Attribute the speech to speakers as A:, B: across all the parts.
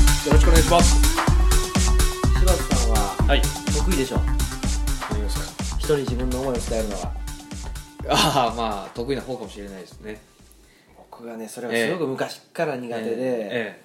A: します
B: 柴田さんは
A: はい
B: 得意でしょ
A: 何ですか
B: 人に自分の思いを伝えるのは
C: ああまあ得意な方かもしれないですね
B: 僕がねそれはすごく昔から苦手で、
C: え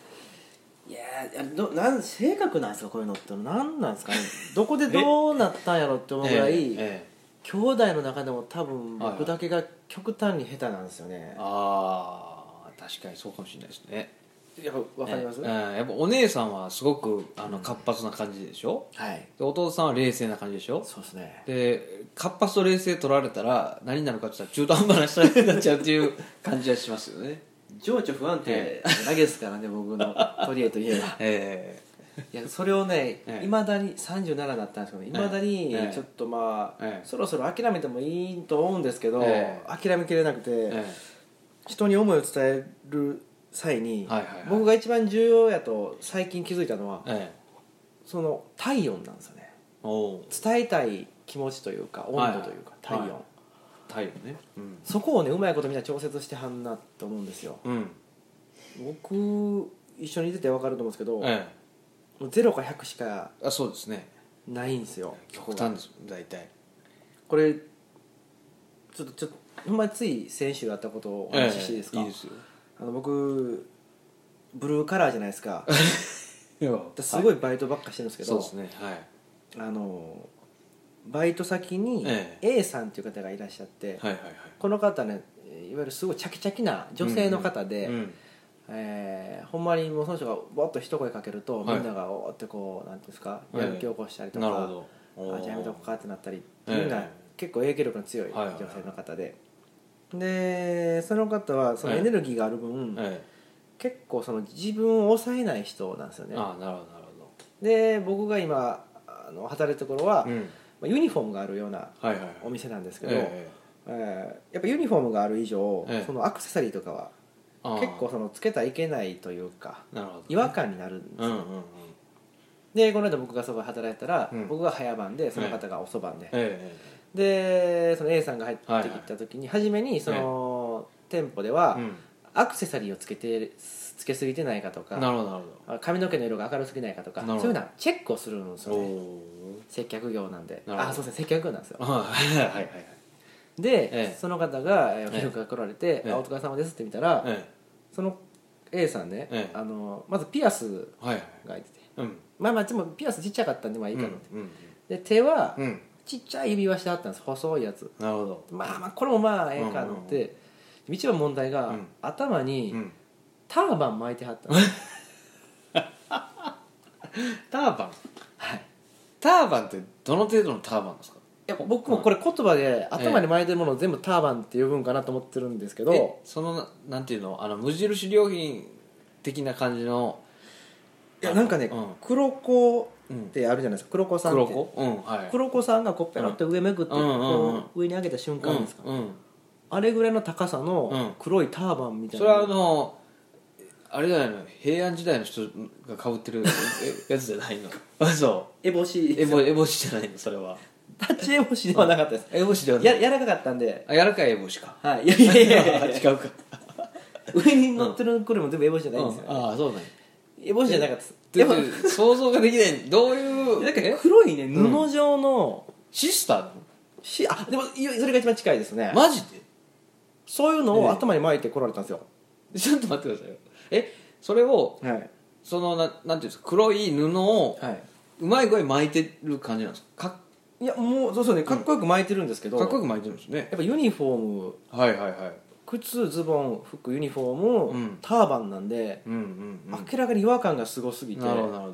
B: いやーどなん性格なんですかこういうのって何なん ですかねどこでどうなったんやろって思う
C: え
B: ぐらい、
C: ええ
B: 兄弟の中でも多分
C: はいはい
B: 僕だけが極端に下手なんですよね、
C: ああ確かにそうかもしれないですね
B: やっぱわかります、
C: ええやっぱお姉さんはすごくあの活発な感じでしょ、
B: はい
C: で弟さんは冷静な感じでしょ
B: そうですね
C: で活発と冷静取られたら何になるかって言ったら中途半端な人になっちゃうっていう感じはしますよね
B: 情緒不安定だけですからね、僕の取り柄と いえば
C: え
B: いやそれをね
C: ええ
B: いま、だに37だったんですけどいまだに
C: ええ
B: ちょっとまあ、
C: ええ
B: そろそろ諦めてもいいと思うんですけど、
C: え
B: 諦めきれなくて、
C: ええ
B: 人に思いを伝える際に、
C: はいはいはい
B: 僕が一番重要やと最近気づいたのは
C: えええ
B: その体温なんですよね
C: おう
B: 伝えたい気持ちというか温度というか、
C: はいはい
B: 体温、
C: は太陽ねうん、
B: そこをねうまいことみんな調節してはんなと思うんですよ
C: うん、
B: 僕一緒に出て分かると思うんですけど、
C: え
B: もう0か100しか
C: えあそうですね
B: ないんですよ
C: 極端です大体
B: これちょっとちょっとほんまについ先週あったことをお話ししていいですか、
C: ええいいですよ
B: あの僕ブルーカラーじゃないです かす
C: は
B: ごいバイトばっかしてるんですけ
C: い
B: ど、
C: そうですねはい
B: あのバイト先に
C: え
B: A さんっていう方がいらっしゃって、
C: はいはいはい
B: この方ねいわゆるすごいチャキチャキな女性の方で、
C: うん
B: えーほんまにもうその人がボっと一声かけると、
C: はい
B: みんながおーってこうなんていうんですか
C: ええ
B: やる気を起こしたりとか、
C: なるほど
B: あじゃあやめとこうかってなったりって
C: ええ
B: いうのは結構影響力の強い
C: はい
B: 女
C: はいはい
B: 性の方で、でその方はその
C: ええ
B: エネルギーがある分、
C: え
B: 結構その自分を抑えない人なんですよ
C: え
B: ね
C: ああなるほどなるほ
B: で僕が今あの働いてるところは、
C: どうん
B: まあユニフォームがあるような
C: はいはいはい
B: お店なんですけど、
C: え
B: えーやっぱユニフォームがある以上、
C: ええ
B: そのアクセサリーとかは
C: えああ
B: 結構そのつけたらいけないというか
C: なるほど
B: 違和感になるんです
C: う
B: よ
C: んうんうん
B: でこの間僕がそこで働いてたら、
C: うん
B: 僕が早番でその方が遅番で、
C: え
B: でその A さんが入ってきた時に、初めにその、店舗で
C: え
B: は、
C: うん
B: アクセサリーをつけてつけすぎてないかと
C: な
B: か
C: るほどなるほ
B: あ髪の毛の色が明るすぎないかとか
C: なる
B: そ
C: ほ
B: うい
C: ど
B: うのはチェックをするんです
C: ど
B: よね
C: おー
B: 接客業なんで
C: なるほ
B: あ
C: ど
B: そうですね接客業なんですよ
C: あはいはいはいはい
B: で、
C: ええ
B: その方がえーお
C: ええ
B: 客が来られて「
C: ええ
B: あお疲れ様です」って見たら、
C: え
B: その A さんね、
C: ええ
B: あのまずピアス
C: えはいはい
B: が開いてて
C: うん
B: まあまあでもピアスちっちゃかったんでまあいいかなって、
C: うん
B: で手は
C: うんうん
B: ちっちゃい指輪してあったんです細いやつ
C: なるほど
B: まあまあこれもまあええかと思って、
C: うん
B: 一番問題が、
C: うん
B: 頭に
C: うん
B: ターバン巻いてはったんです、
C: ターバン
B: はい
C: ターバンってどの程度のターバンですか
B: やっぱ僕もこれ言葉で頭に巻いてるものを全部ターバンって呼ぶんかなと思ってるんですけど、
C: えそのななんていうのあの無印良品的な感じの
B: いやなんかね、
C: うん
B: 黒子
C: う
B: っ
C: ん
B: てあるじゃないですか黒子さんって
C: 黒子うんはい
B: 黒子さんがこうペロって上めくって
C: うんうんうんうん
B: こう上に上げた瞬間ですか、
C: うんうん
B: あれぐらいの高さ
C: う
B: の
C: ん
B: 黒いターバンみたい
C: そ
B: な、
C: れはあのあれじゃないの平安時代の人がかぶってるえやつじゃない のあそ
B: エボシ
C: うえぼえぼしじゃないのそれは
B: タッチエボシではなかったです
C: えぼしではな
B: や
C: い
B: 柔らかかったんで、
C: あ柔らかいえぼしか
B: はい、いやいやいやいや
C: 違うか
B: 上に乗ってる車も全部エボシじゃないんですよ、
C: うんああそうなんや
B: エボシじゃなかったです
C: で
B: で
C: も
B: も
C: 想像ができないどういう
B: なんか
C: え
B: 黒いね布状の、
C: シスターなの
B: しあでもいそれが一番近いですね、
C: マジで
B: そういうのを頭に巻いてこられたんですよ、
C: ちょっと待ってくださいよえそれを
B: はい
C: そのななんていうんですか黒い布を
B: はい、
C: うまい具合に巻いてる感じなんですかか
B: いやもうそうそうねかっこよく巻いてるんですけど、
C: かっこ
B: や
C: よく巻いてるんですね
B: っぱユニフォーム
C: はいはいはい
B: 靴ズボン服ユニフォーム、
C: うん
B: ターバンなんで、
C: うんうん、うん、
B: 明らかに違和感がすごすぎて
C: なるほどなるほ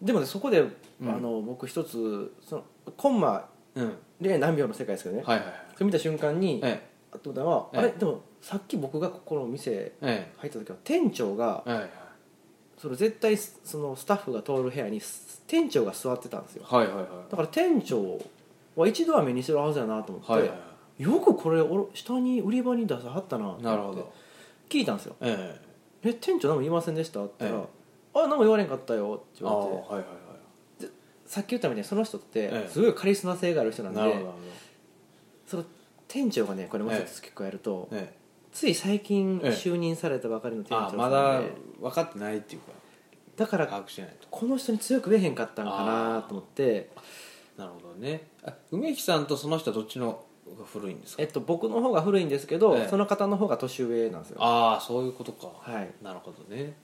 B: でもねそこで、
C: ん
B: あの僕一つそのコンマ
C: どうん
B: 0何秒の世界ですけどね、
C: はいはいはい
B: それ見た瞬間に
C: え
B: あってことは、
C: ええ
B: あれでもさっき僕がここの店
C: ええ
B: 入った時は店長が
C: えはいはい
B: その絶対すそのスタッフが通る部屋にす店長が座ってたんですよ
C: はいはいは
B: だから店長は一度は目にするはずやなと思って、
C: いはいは
B: よくこれおろ下に売り場に出さはったなと思っ
C: い
B: て
C: なるほど
B: 聞いたんですよ
C: え
B: 「え店長何も言いませんでした?」って言ったら「
C: え
B: あ何も言われんかったよ」って
C: え
B: 言
C: ああ
B: われて
C: はいはいは
B: さっき言ったみたいにその人っ
C: え
B: て
C: え
B: すごいカリスマ性がある人ないんで、
C: なるほどなるほ
B: その店長がねこれもう一つ加えると、
C: どええ
B: つい最近
C: ええ
B: 就任されたばかりの店長
C: あ
B: さん
C: あ
B: で、
C: まだ分かってないっていうか
B: だから
C: 把握してないと
B: この人に強く言えへんかったのかなと思って
C: なるほどねあ梅木さんとその人はどっちのが古いんですか
B: えっと、僕の方が古いんですけど、
C: ええ
B: その方の方が年上なんですよ
C: ああそういうことか
B: はい
C: なるほどね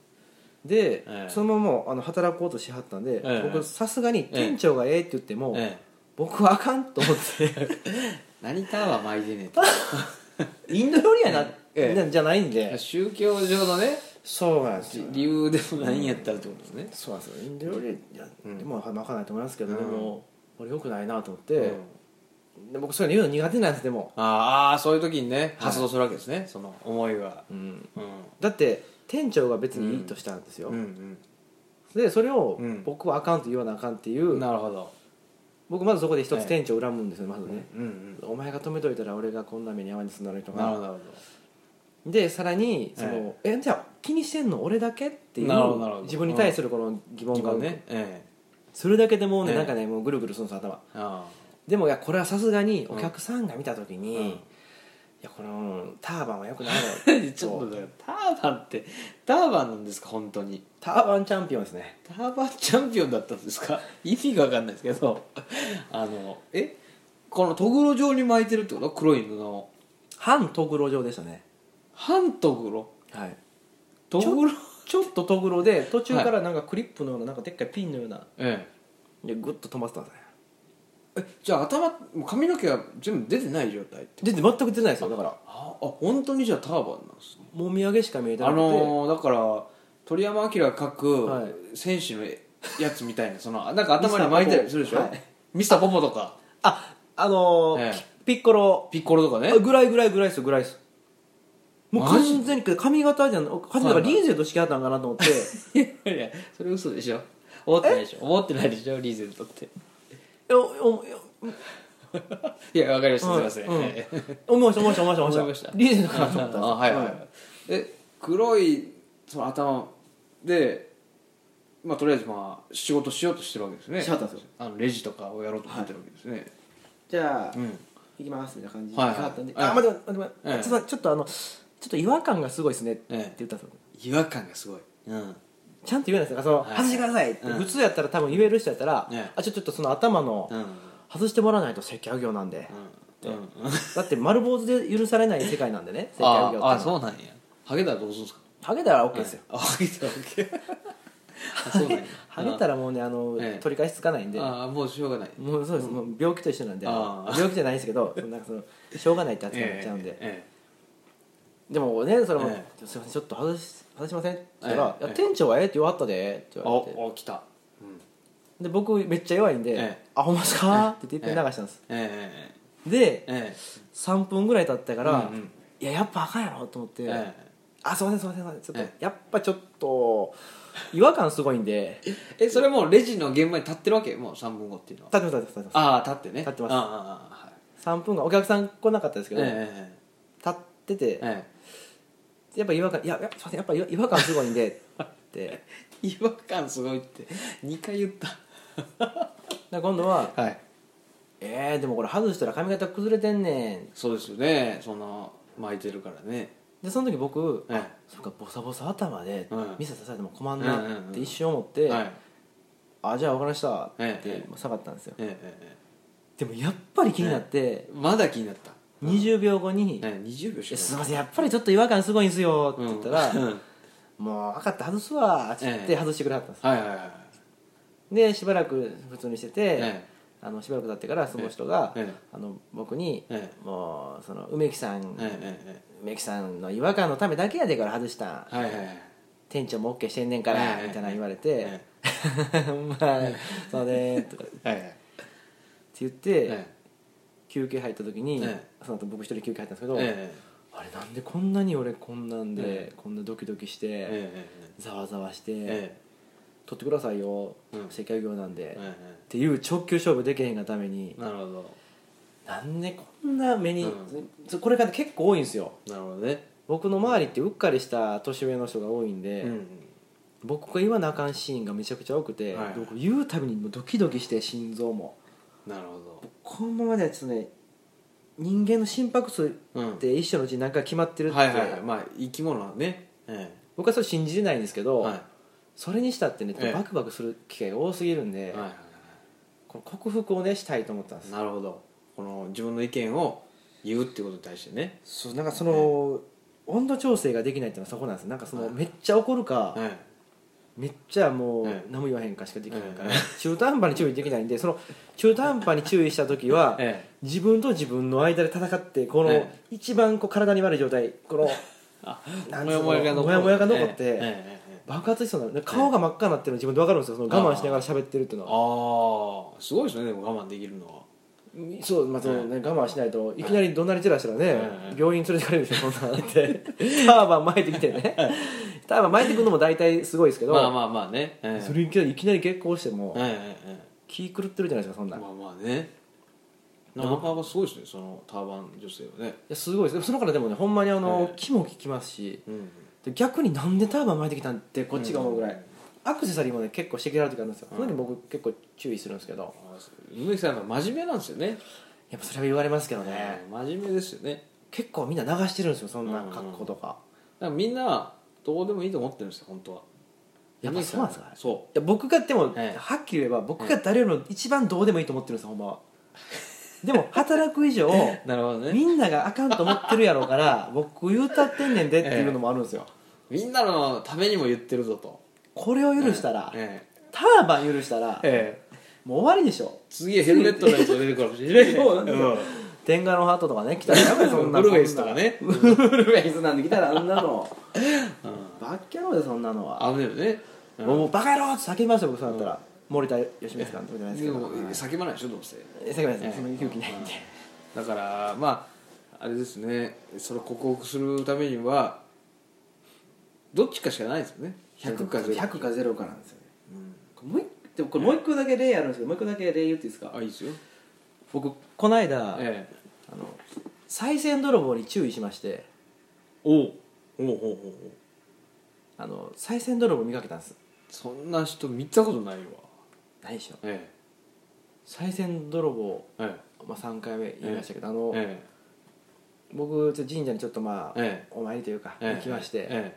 B: で、
C: ええ
B: そのままもうあの働こうとしはったんで、
C: ええ
B: 僕さすがに店長がええって言っても、
C: ええ
B: 僕はあかんと思って
C: 何タワー巻いてね
B: インド料理 やな、
C: ええ
B: なじゃないんで、
C: えと 宗教上のね
B: そうなんですよ
C: 理由でもないんやったらってことですね
B: そうなんですよインド料理や、
C: うん
B: でもまかないと思いますけど、
C: うん
B: でも俺よくないなと思って、
C: うん
B: で僕そういうの言うの苦手なんですでも、
C: ああそういう時にね発動するわけですね、その思いが
B: うん
C: うん
B: だって店長が別にいいとしたんですよ、
C: うん
B: でそれを
C: うん
B: 僕はあかんと言わなあかんっていう、
C: うんなるほど
B: 僕まずそこで一
C: え
B: つ
C: え
B: 店長を恨むんですよまずね、
C: うんうん
B: お前が止めといたら俺がこんな目に遭わんにすんだろうと
C: なるほ
B: か
C: どなるほ
B: でさらにその、えじゃあ気にしてんの俺だけっていう
C: なるほどなるほど
B: 自分に対するこの疑
C: ど
B: 問が、
C: ねええ
B: それだけでもうね、
C: ええ
B: なんかねもうぐるぐるするんです頭
C: あ
B: でもいやこれはさすがに
C: うん
B: お客さんが見た時に、
C: うん
B: いやこのターバンはよくないの
C: ちょっとだよターバンってターバンなんですか本当に
B: ターバンチャンピオンですね
C: ターバンチャンピオンだったんですか 意味が分かんないですけどあのえこのトグロ状に巻いてるってこと黒い布を
B: 反トグロ状でしたね
C: 半トグロ
B: はい
C: トグロ
B: ちょっとトグロで途中からなんかクリップのようななんかでっかいピンのような
C: え
B: でグッと止まってたんですね
C: ええじゃあ頭髪の毛は全部出てない状態って
B: で全く出てないですよだから
C: ああ本当にじゃあターバンなんですね
B: もみあげしか見えてな
C: あ
B: くて、
C: のーだから鳥山明が描
B: はい
C: く選手のやつみたいなそのなんか頭に巻いたりするでしょ、
B: はい
C: ミスターポポとか
B: ああのー
C: ええ
B: ピピッコロ
C: ピッコロとかね
B: あぐらいぐらいぐらいですよぐらいですもう
C: マジ
B: 完全に髪型じゃん完全にだからリーゼと式あったんかなと思って
C: いやいやそれ嘘でしょ思ってないでしょ思ってないでしょリーゼントって
B: おお
C: いやわかりましたすいません、
B: うん
C: ええ
B: お思いました思いました思いました
C: 思いました
B: リーゼントかなと思ったんです
C: あはいはい、はい、え黒いその頭でまあとりあえずまあ仕事しようとしてるわけですね
B: しはったんですよ
C: あのレジとかをやろうと思ってるわけですね、
B: じゃあ、
C: うん
B: 行きますみたいな感じで
C: はいはい
B: あったんで「
C: はい
B: あ待って待って待って、
C: ええ
B: ちょっとちょっとあのちょっと違和感がすごいですね」って
C: ええ
B: 言ったんですよ、
C: 違和感がすごいうん
B: ちゃんと言わないですよ「その、
C: はい
B: 外してください」って、
C: うん
B: 普通やったら多分言える人やったら「
C: ええ
B: あちょちょっとその頭の
C: うん
B: 外してもらわないと接客業なんで」
C: うん、うん
B: だって丸坊主で許されない世界なんでね接客業っていうの
C: あ
B: は
C: あそうなんやハゲたらどうするんですか
B: ハゲたら OK ですよ、
C: あハゲた ら OK あそうなんや
B: ハゲたらもうねあの、
C: ええ
B: 取り返しつかないんで
C: ああもうしょうがない
B: もうそうです、もう病気と一緒なんで
C: ああ
B: 病気じゃないんですけどなんかそのしょうがないって扱いになっちゃうんで、
C: え
B: でもねそれも、
C: え
B: すいませんちょっと外し外しません」って言ったら「
C: ええ
B: いや店長はええって言わはったで」って
C: え
B: 言われて
C: おお来たうん
B: で僕めっちゃ弱いんで「
C: ええ
B: あほんまですか?」って言っていっぺん流したんです、
C: ええ
B: で
C: ええ
B: 3分ぐらい経ったから「
C: うんうん
B: いややっぱあかんやろ」と思って「
C: ええ
B: あすいませんすいませんすいませんちょっと、
C: え
B: やっぱちょっと違和感すごいんで立
C: えそれもうレジの現場に立ってるわけもう3分後っていうのは
B: ってます立ってます立ってま
C: ああ立ってね
B: 立ってます
C: ああああああはい
B: す3分がお客さん来なかったですけど、
C: え
B: 立ってて
C: え、え え
B: やっぱ違和感「いやいやすいませんやっぱ違和感すごいんで」って
C: え違和感すごいって2回言った
B: で今度は
C: はい
B: 「えー、でもこれ外したら髪型崩れてんねん
C: そうですよねその巻いてるからね」
B: でその時僕
C: ええ
B: そうかボサボサ頭で
C: うん
B: 店刺されても困んな
C: うんうんう
B: っ
C: ん
B: て一瞬思って
C: はい
B: 「あじゃあ分かりました」っ
C: ええ
B: て下がったんですよ
C: えええ
B: で
C: え
B: もやっぱり気になって
C: ええまだ気になった
B: 20秒後に
C: ええ20
B: 「
C: 秒し
B: え
C: か
B: すいませんやっぱりちょっと違和感すごいんすよ」って
C: うん
B: 言ったら
C: うん
B: 「もう分かった外すわ」っつっ
C: え
B: て
C: え
B: 外してくれはったんです
C: はいはいはい
B: でしばらく普通にしてて
C: え
B: あのしばらく経ってからその人が
C: ええ
B: あの僕に
C: え
B: 「もうその梅木さ
C: ええ
B: ん
C: ええ
B: 梅木さんの違和感のためだけやでから外したん
C: えはいはいはい
B: 店長も OK してんねんから」
C: ええ
B: みたいなの言われて
C: え
B: まあそうねーとかって
C: はいはい
B: 言って、
C: え
B: 休憩入った時に、
C: え
B: その後僕一人休憩入ったんですけ
C: え
B: ど、
C: え
B: あれなんでこんなに俺こんなんで、
C: え
B: こんなドキドキして、
C: ええ
B: ざわざわして、
C: ええ
B: 取ってくださいよ、
C: うん
B: 接客業なんで、
C: え
B: っ
C: え
B: ていう直球勝負できへんがために、
C: なるほど
B: なんでこんな目に、
C: うん
B: そこれが結構多いんですよ
C: なるほどね
B: 僕の周りってうっかりした年上の人が多いんで、
C: うん
B: 僕が言わなあかんシーンがめちゃくちゃ多くて、
C: はい
B: 僕言うたびにもうドキドキして心臓も
C: なるほ
B: このままではちょっとね人間の心拍数
C: どうん
B: って一生のうちに何回決まってるって、
C: はいはいはいまあ生き物はねえ
B: 僕はそれ信じてないんですけ
C: え
B: ど、
C: はい
B: それにしたってね
C: ええ
B: バクバクする機会が多すぎるんで、
C: はいはいは
B: この克服をねしたいと思ったんで
C: い
B: す
C: なるほどこの自分の意見を言うっていうことに対してね
B: そうなんかその、温度調整ができないっていうのはそこなんですよなんかその、
C: はい
B: めっちゃ怒るか、
C: はい
B: めっちゃもう、
C: ええ
B: 何も言わへんかしかできないから、
C: え
B: 中途半端に注意できないんでその中途半端に注意した時は、
C: ええ
B: 自分と自分の間で戦ってこの、
C: ええ
B: 一番こう体に悪い状態この
C: あ
B: なん
C: も
B: つう
C: や
B: の
C: もやが残る
B: もやもやが残って
C: ええええええ
B: 爆発しそうになる顔が真っ赤になってるの自分で分かるんですよその我慢しながら喋ってるっていうのは
C: ああすごいですねでも我慢できるのは
B: そう、まあそのね、我慢しないといきなり怒鳴り散らしたらね、
C: ええ
B: 病院連れてかれるでしょそんなんだってターバン巻いてきてねターバン巻いてくるのも大体すごいですけど、
C: まあまあまあね、ええ
B: それいきなりいきなり結婚しても、
C: えええええ
B: 気狂ってるじゃないですかそん
C: え
B: なん、
C: まあまあねなかなかすごいですねそのターバン女性はね
B: いやすごいですでもそのからでもねほんまにあの、
C: ええ
B: 気も利きますし
C: うん
B: で逆になんでターバン巻いてきたんってこっちが思うぐらい、アクセサリーもね結構してきられる時あるんですよ、
C: うん
B: その時僕結構注意するんですけど
C: 梅木さんやっぱ真面目なんですよね
B: やっぱそれは言われますけどね、
C: 真面目ですよね
B: 結構みんな流してるんですよそんな格好とか、
C: だからみんなどうでもいいと思ってるんですよ本当は
B: やっぱそうなんですかね
C: そ
B: いや僕がでも、
C: ええ
B: はっきり言えば僕が誰よりも一番どうでもいいと思ってるんですよほんまは でも働く以上
C: うなるほど
B: みんながあかんと思ってるやろうから僕言うたってんねんでっていうのもあるんですよ、
C: みんなのためにも言ってるぞと
B: これを許したら、
C: ええ
B: ターバン許したら、
C: ええ
B: もう終わりでしょ
C: 次はヘルメットのやつが出てくるかもしれな い
B: そうなんですよ
C: うん
B: 天下のハートとかね来たらやばいそんな
C: ブルーベイスとかね
B: ブルーベイスなんて来たらあんなのバッキャローでそんなのは、
C: あのでもねうん
B: もうバカ野郎って叫びますよ僕そうなったら、森田義満監督じゃないですけ
C: で
B: ど、
C: も
B: はい
C: 叫ばないでしょどうせ
B: え叫びますね、
C: ええ
B: その勇気ないんで、
C: だからまああれですねそれを克服するためにはどっちかしかないですよね100か0
B: 100か0かなんですよねもう一でもこれもう一個だけ例あるんですけどもう一個だけ例言っていいですか
C: あいいですよ
B: 僕この間、
C: ええ
B: あの再銭泥棒に注意しまして
C: おうおうおうおうおう
B: あの再銭泥棒見かけたんです
C: そんな人見たことないわ
B: ないでしょ
C: え
B: 再銭泥棒、
C: ええ
B: まあ、3回目言いましたけど、あの
C: え、え
B: 僕ちょっと神社にちょっとまあ、
C: ええ
B: お参りというか、
C: ええ
B: 行きまして、
C: え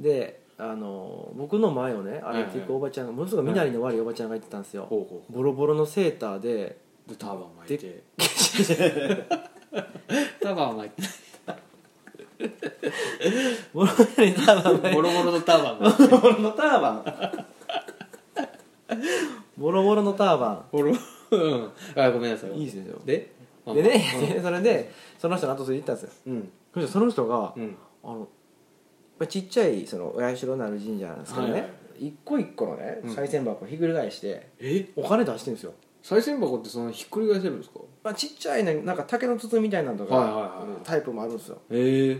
B: であの僕の前をね歩いていくおばちゃんが、ものすごい身なりの悪いおばちゃんが行ってたんですよ、
C: えほうほうほ
B: ボロボロのセーター で
C: うでターバン巻いてターバン巻いて
B: ボロボロのターバン
C: ボロボロのターバ
B: ボロボロのターバン
C: ン巻いて
B: ボロボロのターバ
C: ボロうんあごめんなさ
B: ン
C: い
B: いいですよ
C: で
B: でね、それでその人の後ついて行ったんですよ
C: うん
B: そしたらその人が、
C: うん
B: あのやっぱちっちゃいそのお社のある神社なんですけどね、
C: はいはい
B: 一個一個のね
C: うん
B: 賽銭箱ひっくり返して、
C: え
B: お金出してるんですよ、
C: 再銭箱ってそのひっくり返せるんですか
B: まあ、ちっちゃいねなんか竹の筒みたいなのとか、
C: はいはいはい
B: タイプもあるんですよ
C: え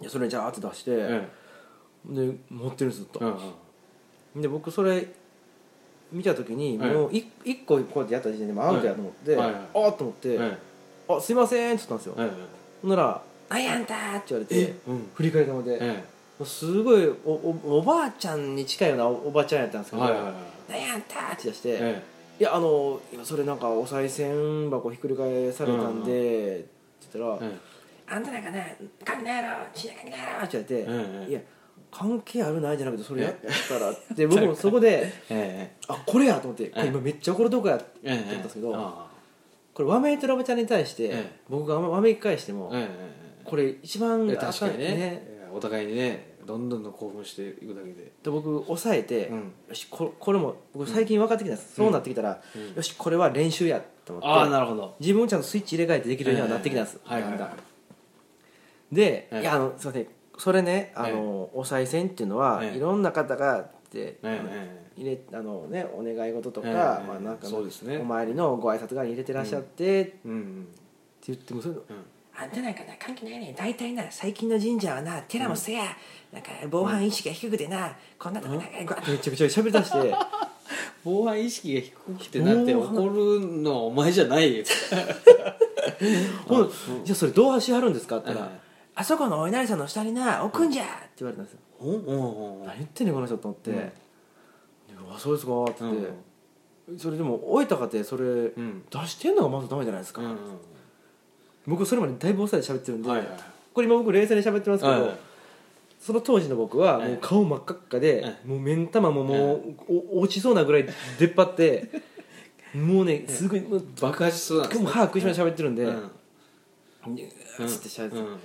C: え
B: いやそれじゃあって出して、
C: え
B: で持ってるんですずっ
C: えう
B: と、
C: んうん
B: で僕それ見た時に
C: ええ
B: もうい一個こうやってやった時点でもうアウトやと思って、
C: ええはいはい
B: あーっと思って「
C: え
B: あすいません」って言ったんですよ、
C: え
B: ほんなら「あやんた!」って言われて
C: うん
B: 振り返りたまで、
C: え
B: もうすごいおおおばあちゃんに近いようなおおばあちゃんやったんです
C: え
B: けど「
C: は
B: あ
C: いはいはい
B: やんた!」って出して「
C: え
B: いやあの今それなんかお賽銭箱ひっくり返されたんで」って言った
C: え
B: ら「
C: え
B: あんたなんかね関係ないやろ血関係ないやろ」って言われて「
C: ええ
B: いや関係あるないじゃなくてそれやったら」って僕もそこで
C: ええ
B: 「あこれや」と思って「これ今めっちゃ怒るとこや」って
C: えええ
B: 言ったんですけど、
C: あ
B: これ和名とラブちゃんに対して、
C: ええ
B: 僕がわめき返しても、
C: あえええ
B: これ一番
C: ええ確かに
B: あん
C: ねええお互いにねどんどんと興奮していくだけで
B: で僕抑えて、
C: うん
B: よしここれも僕最近分かってきたんです、そうなってきたら、
C: うん
B: よしこれは練習やと思って
C: ああなるほど
B: 自分をちゃんとスイッチ入れ替えてできるようにはなってきたんです、
C: ええはいはい
B: だんだ
C: は
B: ん
C: い
B: で、
C: ええ
B: いやあのすいませんそれねあの、
C: ええ
B: お賽銭っていうのは、
C: ええ
B: いろんな方がって、
C: えええ
B: 入れあのね、お願い事とか,、
C: ええ
B: まあ、なんか
C: そうですね
B: お参りのご挨拶代わりに入れてらっしゃって、って
C: えうん
B: 言ってもそういうの
C: うんうん
B: あんたなんかな関係ないねん大体な最近の神社はな寺もせや、なんか防犯意識が低くてな、こんなとこなんかぐわってめちゃくちゃ喋り出して
C: 防犯意識が低くてなって
B: 防犯
C: 怒るのはお前じゃない よ
B: ほんじゃあそれどうしはるんですか?」って言ったら、
C: うん
B: あそこのお稲荷さんの下にな置くんじゃ!」って言われたんですよ、
C: うんうんうん
B: 何言ってんねんこの人と思って「
C: うん
B: でうわそうですか」って言って、
C: うん
B: それでも置いたかてそれ、
C: ん
B: 出してんのがまずダメじゃないですか、
C: うんうん
B: 僕それまでだいぶ抑えて喋ってるんで、
C: はいはい
B: これ今僕冷静に喋ってますけど、
C: はい
B: その当時の僕はもう顔真っ赤っかで、
C: はい
B: もう目ん玉ももう、お落ちそうなぐらい出っ張 って、もうねすごいもう
C: 爆発しそうなんです
B: もう歯食いしばり喋ってるんで、
C: うん
B: にゅーっつって喋って、
C: うんうん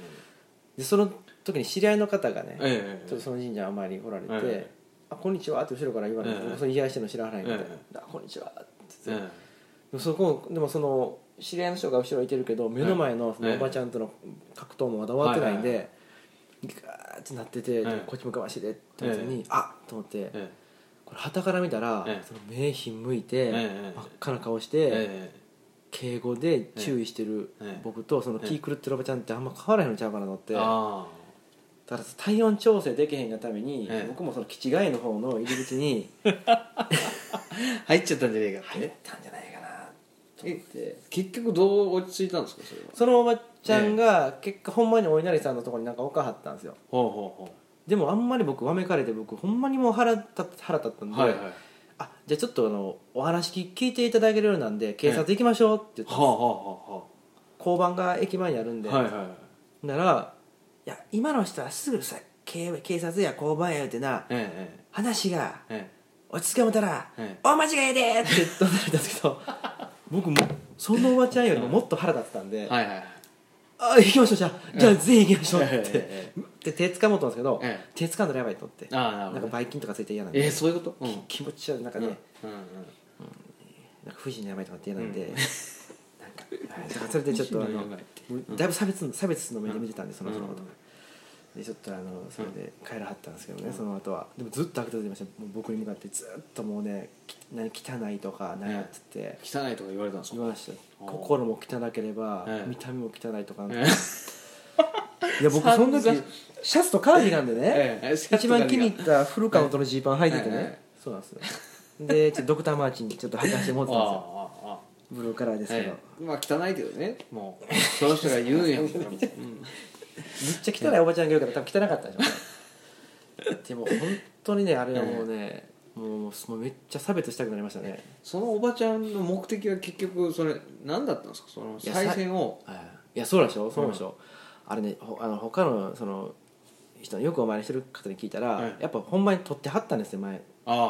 B: でその時に知り合いの方がね、
C: ええ
B: ちょっとその神社あまり来られて「
C: ええ
B: あこんにちは」って後ろから言われて、
C: ええ
B: 僕それ癒やしてるの知らないみたいな
C: え
B: 「あこんにちは」って
C: え
B: 言って、でもそこでもその知り合いの人が後ろいてるけど目の前のそのおばちゃんとの格闘もまだ終わってないんで、
C: はいは
B: ガーってなってて、
C: ええ
B: こっち向かわしてって言った時に、
C: え
B: あっと思って、
C: ええ
B: これ旗から見たら、
C: ええ
B: その目ひんむいて、
C: ええ
B: 真っ赤な顔して、
C: え
B: 敬語で注意してる
C: ええ
B: 僕とその
C: ええ
B: 気狂ってるおばちゃんってあんま変わらへんのちゃうかなと思って、
C: えあ
B: ただ体温調整できへんがために、
C: ええ
B: 僕もその気違いの方の入り口 に
C: あ入っちゃったんじゃねえかっ
B: 入ってたんじゃないかなと思って
C: 結局どう落ち着いたんですかそれは
B: そのおばちゃんが結果ほんまにお稲荷さんのところになんか置かはったんですよ
C: ほうほ
B: でもあんまり僕わめかれて僕ほんまにもう腹立っ腹立ったん
C: う
B: で、
C: ほうはいはい
B: あじゃあちょっとあのお話聞聞いていただけるようなんで警察行きましょうって言って、
C: はあはあは
B: 交番が駅前にあるんで、
C: あはあはいはい
B: なら
D: いや今の人はすぐさ警警察や交番や言うてな
C: え
D: 話が
C: ええ
D: 落ち着かもたら
C: ええ
D: 「大間違いで!」って
B: って怒鳴られたんですけ ど僕もそのおばちゃんよりももっと腹立ってたんで、
C: えはいはいはい
B: あ行きましょうじゃあじゃあぜひ行きましょうって、
C: ええ
B: で手掴もうと思うんですけど、
C: ええ
B: 手掴んだらやばいと思って
C: ああなる
B: な
C: ほ
B: ん
C: ど
B: か
C: ね
B: ばい菌とかついて嫌なんで、
C: ええそういうことうん
B: き気持ち悪いなんかね、
C: うんうんうん
B: なんか不死の病とかって嫌なんで、
C: うん
B: なんかだからそれでちょっとあ
C: 不死
B: の
C: の病って
B: だいぶ差別の差別の目で見てたんでその人のこと、
C: うん
B: でちょっとあのそれで帰らはったんですけどね、その後はでもずっと悪態ついてましたもう僕に向かってずっともうねき何汚いとか何やっつって、
C: 汚いとか言われたんです
B: 言
C: か
B: われましたよ
C: おう
B: 心も汚ければ、
C: ええ
B: 見た目も汚いとかなんか
C: え
B: いや僕
C: 散
B: そ
C: 々
B: の時シャツとカーディガンでね、
C: ええシャツ
B: 一
C: とカーディガン
B: 番気に入ったフルカウントのジーパン履いててね、
C: えええ
B: そうなんですよでちょっとドクターマーチンにちょっと履かしてもら
C: あ
B: ってたんですよ
C: あああ
B: ブルーカラーですけど、
C: ええまあ汚いけどねもうその人が言うんやからもううん
B: めっちゃ汚いおばちゃんが言うから多分汚かったでしょうねでも本当にねあれはもうね、もうもうめっちゃ差別したくなりましたね、
C: そのおばちゃんの目的は結局それ何だったんですかその
B: いや
C: 再選を
B: いやそうでしょそうでしょ、あれねほあの他のその人よくお参りしてる方に聞いたら、
C: はい
B: やっぱほんまに取ってはったんですよ前
C: ああああああ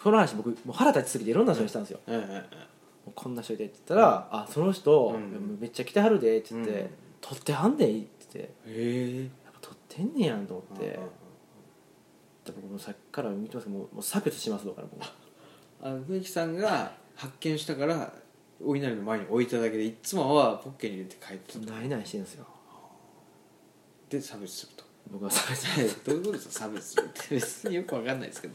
B: その話僕もう腹立ちすぎていろんな人にしたんですよ、
C: えええ
B: もうこんな人いてって言ったら「あその人、
C: うん
B: めっちゃ来てはるで」って言って「
C: うん
B: 取ってはんでいい」って言って
C: えへえ
B: 「やっぱ取ってんねやん」と思って、
C: うんうんうん
B: で僕もうさっきから見てますけどもうもう差別しますどうから僕
C: あの植木さんが発見したからお稲荷の前に置いただけでいっつもはポッケに入れて帰ってた
B: ないないしてるんですよ
C: で差別すると
B: 僕は差別
C: どういうことですか差別するって別によくわかんないですけど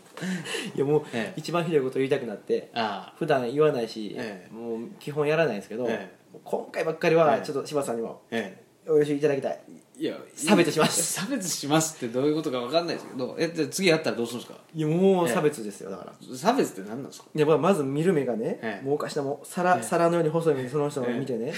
B: いやもう、
C: ええ
B: 一番ひどいこと言いたくなって
C: あ
B: 普段言わないし、
C: ええ
B: もう基本やらないんですけど、
C: え
B: もう今回ばっかりは
C: ええ
B: ちょっと柴田さんにも
C: え
B: お許しいただきたい、
C: えいや
B: 差別します
C: 差別しますってどういうことかわかんないですけどえで次会ったらどうするんですか
B: いやもう差別ですよだから
C: 差別って何なんですか
B: でまあまず見る目がね、
C: ええ
B: もうおかしなもう皿,、
C: ええ
B: 皿のように細い目でその人を見てね、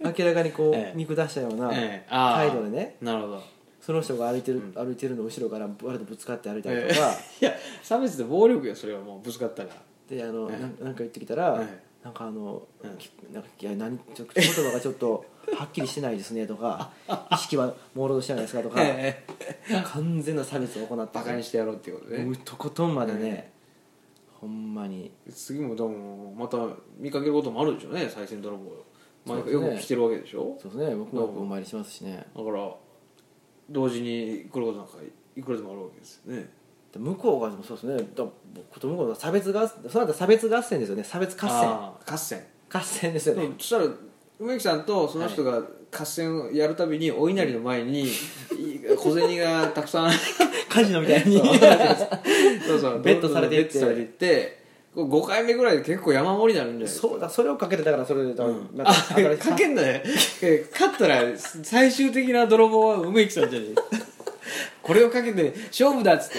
B: 明らかにこう、
C: ええ
B: 見下したような
C: ええああ
B: 態度でね、
C: なるほど
B: その人が歩いてる、歩いてるのを後ろから割とぶつかって歩いたりと
C: え
B: か、
C: えい や差別って暴力よそれはもうぶつかったら
B: であの、
C: ええ
B: なんなんか言ってきたら、
C: ええ
B: なんかあの、
C: ええ
B: きなんかいや何ちょっと言葉がちょっとはっきりしてないですねと か意識は朦朧としてないですかとか、
C: ええ
B: 完全な差別を行った
C: バカにしてやろうっていうことで、
B: もう
C: ね、
B: とことんまでね、ほんまに
C: 次も多分また見かけることもあるでしょうね再選泥棒まあ
B: そうです
C: よ
B: ね
C: く来てるわけでしょ
B: そうですね僕もよくお参りしますしね
C: だから同時に来ることなんかいくらでもあるわけですよね
B: で向こうがそうですねだ僕と向こうが差別合戦その後差別合戦ですよね差別合戦
C: ああ合戦
B: 合戦ですよ
C: で
B: ね
C: もそしたら梅木さんとその人が合戦をやるたびにお稲荷の前 にい小銭がたくさん
B: カジノみたいに
C: そうそう
B: ベットされていって
C: ベットされていってこう5回目ぐらいで結構山盛りになるんじゃないです か
B: そうだそれをかけてだからそれで多分、
C: うん
B: なん
C: あ
B: か新しい
C: か けんなねえ勝ったら最終的な泥棒は梅木さんじゃねえ これをかけて勝負だっつって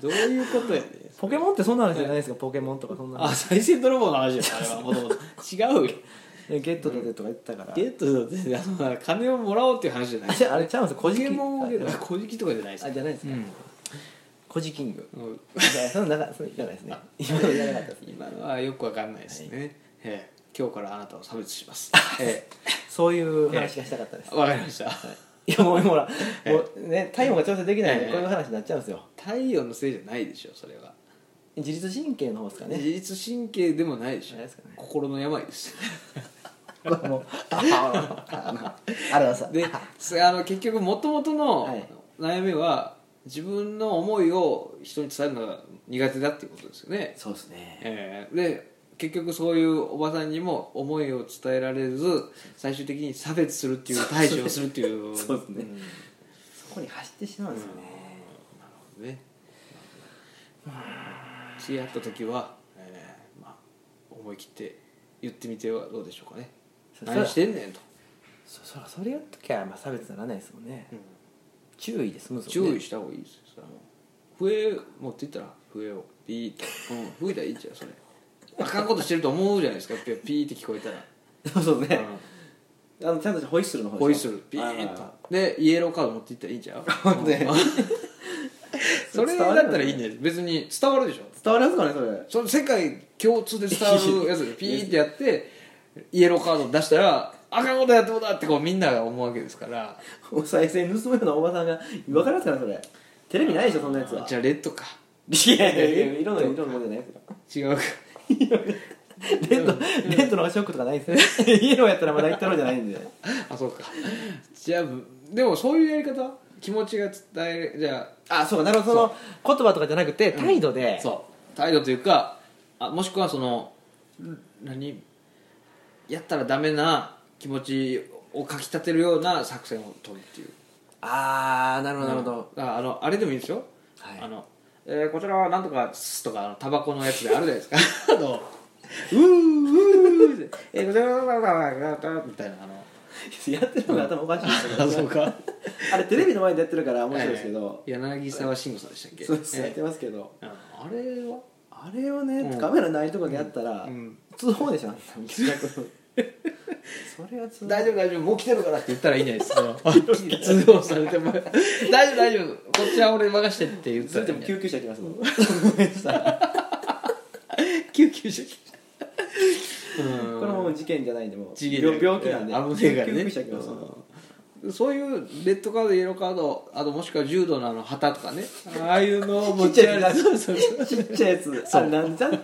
C: どういうことやねん
B: ポケモンってそんな話じゃないですかポケモンとかそんな
C: あ
B: 話
C: 再生泥棒の話やあれはもともと違うよ
B: でゲットだでとか言ってたから
C: ゲットだってあの金をもらおうっていう話じゃない
B: あじゃああれちゃうんですよ
C: ポ
B: 小じ
C: ケ
B: き
C: モンを受け
B: あ
C: た小じきとかじゃないです
B: じゃないです
C: う
B: か
C: ん
B: 小じキング
C: うん
B: いやそんなそれいらないですね今のいらなかったです
C: 今のはよくわかんないですね、ええ今日からあなたを差別しますえ
B: そういう話がしたかったです
C: えわかりました
B: いやもうほらもうね体温が調整できないん
C: え
B: で
C: え
B: こういう話になっちゃうんですよ
C: 太陽のせいじゃないでしょそれは、
B: 自律神経の方ですか
C: 自
B: ね
C: 律神経でもないでしょ
B: ないですかね
C: 心の 病です
B: こ れもうああのあれは さ
C: ですあの結局もともとの
B: はい
C: 悩みは自分の思いを人に伝えるのが苦手だっていうことですよね、
B: そうですね
C: えーで結局そういうおばさんにも思いを伝えられず最終的に差別するっていう対処をするってい う
B: そうですね
C: ん
B: そこに走ってしまうんですよね
C: ね知り合った時は、えーまあ、思い切って言ってみてはどうでしょうかね
B: そ
C: 何してんねんと、
B: そそらそれやっときゃ、まあ、差別にならないですもんね、注意で済むんですもんね
C: 注意した方がいいですよそれはもう笛持っていったら笛をピーって、うん、吹いたらいいじゃんそれあかんことしてると思うじゃないですかピーピーって聞こえたら、
B: そうそうね、
C: う
B: あのちゃんとホイッスルの方
C: ん、
B: でしょ
C: ホイッスルピーっと
B: あ
C: でイエローカード持っていったらいいじゃん
B: ーね
C: それだったらいいんじゃない別に伝わるでしょ
B: 伝わりますかねそれ
C: その世界共通で伝わるやつでピーってやってイエローカード出したらあかんことやってもだってこうみんなが思うわけですから
B: お賽銭盗むようなおばさんが分からんすかねそれテレビないでしょそんなやつは
C: じゃあレッドか
B: いやいやいや色の色のものじゃないですよ
C: 違うか
B: レッドレッドの方がショックとか ないですねイエローやったらまだ言ったろうじゃないんで
C: あそうかじゃあでもそういうやり方気持ちが伝えじゃ
B: あそうかなるほどその言葉とかじゃなくて態度
C: あ
B: で
C: そう態度というかあもしくはその何やったらダメな気持ちをかきたてるような作戦を取るっていう
B: ああなるほどなるほど
C: だからあのあれでもいいですよ、
B: はい
C: あのえーこちらはなんとかすとかあのタバコのやつであるじゃないですかあのうーうーえーこちらはなんとかなんとかみたいなあの
B: やってるのが頭おかしいんですけど
C: あそうか
B: あれテレビの前でやってるから面白いですけど、
C: えー柳沢慎吾さんでしたっけ
B: そうですやっ
C: え
B: てますけど
C: ーあれは
B: あれをね、
C: うん
B: カメラないとこでやったら、
C: うん
B: 通報でしょあんた密着 それは通報
C: 大丈夫大丈夫もう来てるからって言ったらいいじゃないですか あの通報されても大丈夫大丈夫こっちは俺任してって言っ
B: そ
C: た
B: れ
C: ら
B: で
C: いいん
B: も
C: じ
B: 救急
C: ゃない
B: 車来 ますもん
C: 救急車来たうん
B: これもう事件じゃないんでもう
C: 次元
B: 病病気なんで
C: 危ねえから
B: 救
C: ね
B: 急車来ますもん
C: うんそういうレッドカードイエローカードあともしくは柔道のあの旗とかねああいうのを
B: ち
C: 持
B: っち
C: ち
B: ゃ
C: 歩
B: い
C: い
B: や
C: て
B: つちっちゃいやつあれなんじゃんちっ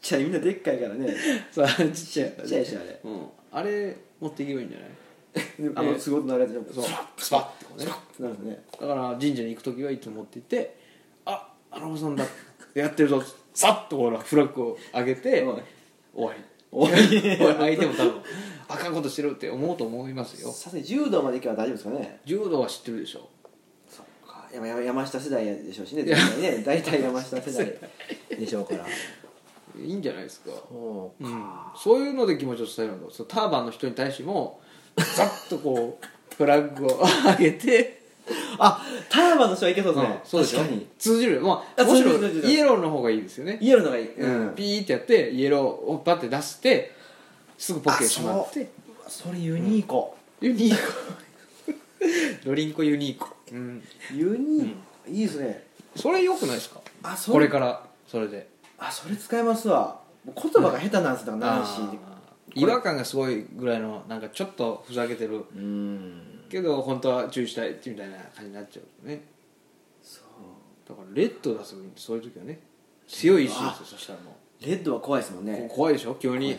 B: ちゃいみんなでっかいからね
C: そうあのちっちゃい
B: ちっちゃいでしょあれ
C: うん、あれ持っていけばいいんじゃない
B: あのすごくなるやつで
C: そ
B: も
C: う
B: スパ
C: スパッてこうね
B: ッてなるんですね
C: だから神社に行く時はいつも持って行って「ああのおばさんだやってるぞ」さっとほらフラッグを上げて
B: うん
C: 「おいおいおい相手も多分あかんことしてる」って思うと思いますよ
B: さすがに柔道まで行けば大丈夫ですかね
C: 柔道は知ってるでしょ
B: そっかやっぱ山山下世代でしょうしね絶対ね大体山下世代でしょうから
C: いいんじゃないですか
B: そう
C: うん
B: か、
C: そういうので気持ちを伝えるのそのターバンの人に対してもざっとこうフラッグを上げ て
B: あターバンの人はいけそうですね、
C: うんそうでしょ
B: 確かに
C: 通じるよまあ
B: あ
C: むしろ
B: 通じる通じる
C: イエローの方がいいですよね
B: イエローのがいい、
C: うん、ピーってやってイエローをバッて出してすぐポッケしまって
B: あそううわそれユニーコ、
C: ユニーコ ドリンコユニーコ、うん、
B: ユニーコ、いいですね
C: それよくないですか
B: あそ
C: これからそれで
B: あそれ使えますわもう言葉が下手なんですだからないし
C: 違和感がすごいぐらいのなんかちょっとふざけてる
B: うーん
C: けど本当は注意したいってみたいな感じになっちゃうね
B: そう
C: だからレッド出せばいいんですそういう時はね強い意志ですよそしたらも
B: レッドは怖いですもん
C: うこう
B: ね
C: 怖いでしょ急に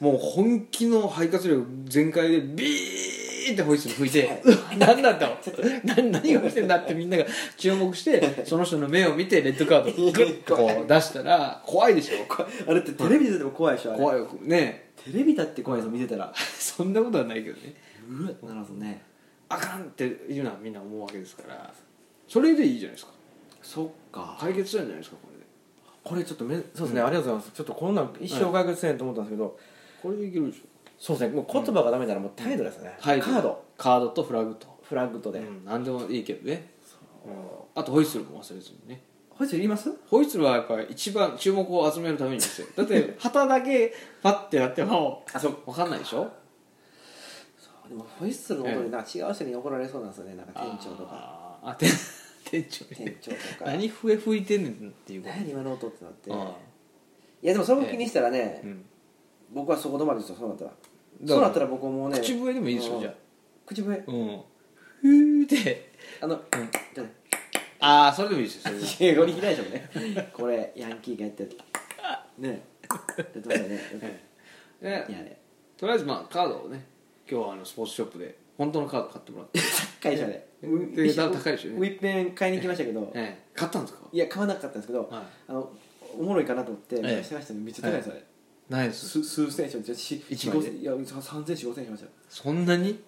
C: もう本気の肺活量全開でビーってホイッスル吹いて「 何なんだろう何何が起きてんだ」ってみんなが注目してその人の目を見てレッドカードをグッとこう出したら怖いでしょ
B: 怖いあれってテレビででも怖いでしょあれ
C: 怖いよね
B: テレビだって怖いです見てたら
C: そんなことはないけどね
B: うわなるほどね
C: あかんっていうのはみんな思うわけですからそれでいいじゃないですか
B: そっか
C: 解決したんじゃないですかこれで
B: これちょっとめそうですね、ありがとうございますちょっとこんなん一生解決せんと思ったんですけど、
C: これでいけるでしょ
B: そうですねもう言葉がダメならもう態度ですね、
C: 態度
B: カード
C: カードとフラグと、
B: フラッグと
C: う
B: で、
C: ん、何でもいいけどねあとホイッスルも忘れずにね
B: こいついります
C: ホイッスルはやっぱり一番注目を集めるためにですよだって旗だけパッてやっても
B: あそう
C: 分かんないでしょ
B: でもホイッスルの音になんか違う人に怒られそうなんですよねなんか店長とか
C: あーあ店店長
B: 店長とか
C: 何笛吹いてんねんっていうこ
B: 何今の音ってなって
C: とあ
B: いやでもそれも気にしたらね、
C: ーうん
B: 僕はそこ止まるんですよそうなったら
C: だから
B: そうなったら僕はもうね
C: 口笛でもいいでしょじゃあ
B: 口笛
C: うんふーって
B: あの、
C: ああそれでもいいですよそれでも
B: 英語に開いてもねこれヤンキーがやってねやってましたね
C: ね
B: いやね
C: とりあえずまあカードをね今日はあのスポーツショップで本当のカード買ってもら って、
B: 会社で
C: え
B: ウ
C: で
B: ィ
C: だ高いでしょ
B: ウィッペン買いに行きましたけど
C: ええ買ったんですか
B: いや買わなかったんですけど
C: はい
B: あのおもろいかなと思って
C: ええ
B: 探したのめっちゃ高いですよね
C: ないです
B: 数数千円し
C: 一枚で
B: いや三千四五千円しましたよ
C: そんなに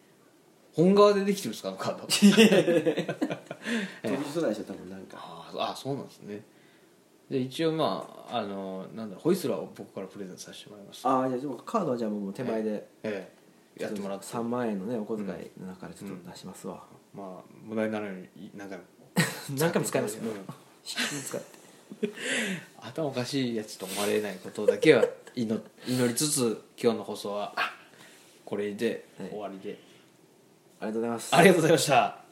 C: 本革でできてるんですかあのカード
B: 飛びそうだでしょ多分なんか
C: あーあそうなんですねで一応まああのなんだろうホイスラーを僕からプレゼントさせてもらいました
E: ああじゃあでもカードはじゃあもう手前で
C: ええやってもらって
E: 3万円のねお小遣いの中でちょっと出しますわ、
C: まあ無駄にならないように何回も
E: 何回も使いますよ、
C: うん
E: 使って
C: 頭おかしいやつと思われないことだけは祈祈りつつ今日の放送はこれで終わりで、
E: ありがとうございます
C: ありがとうございました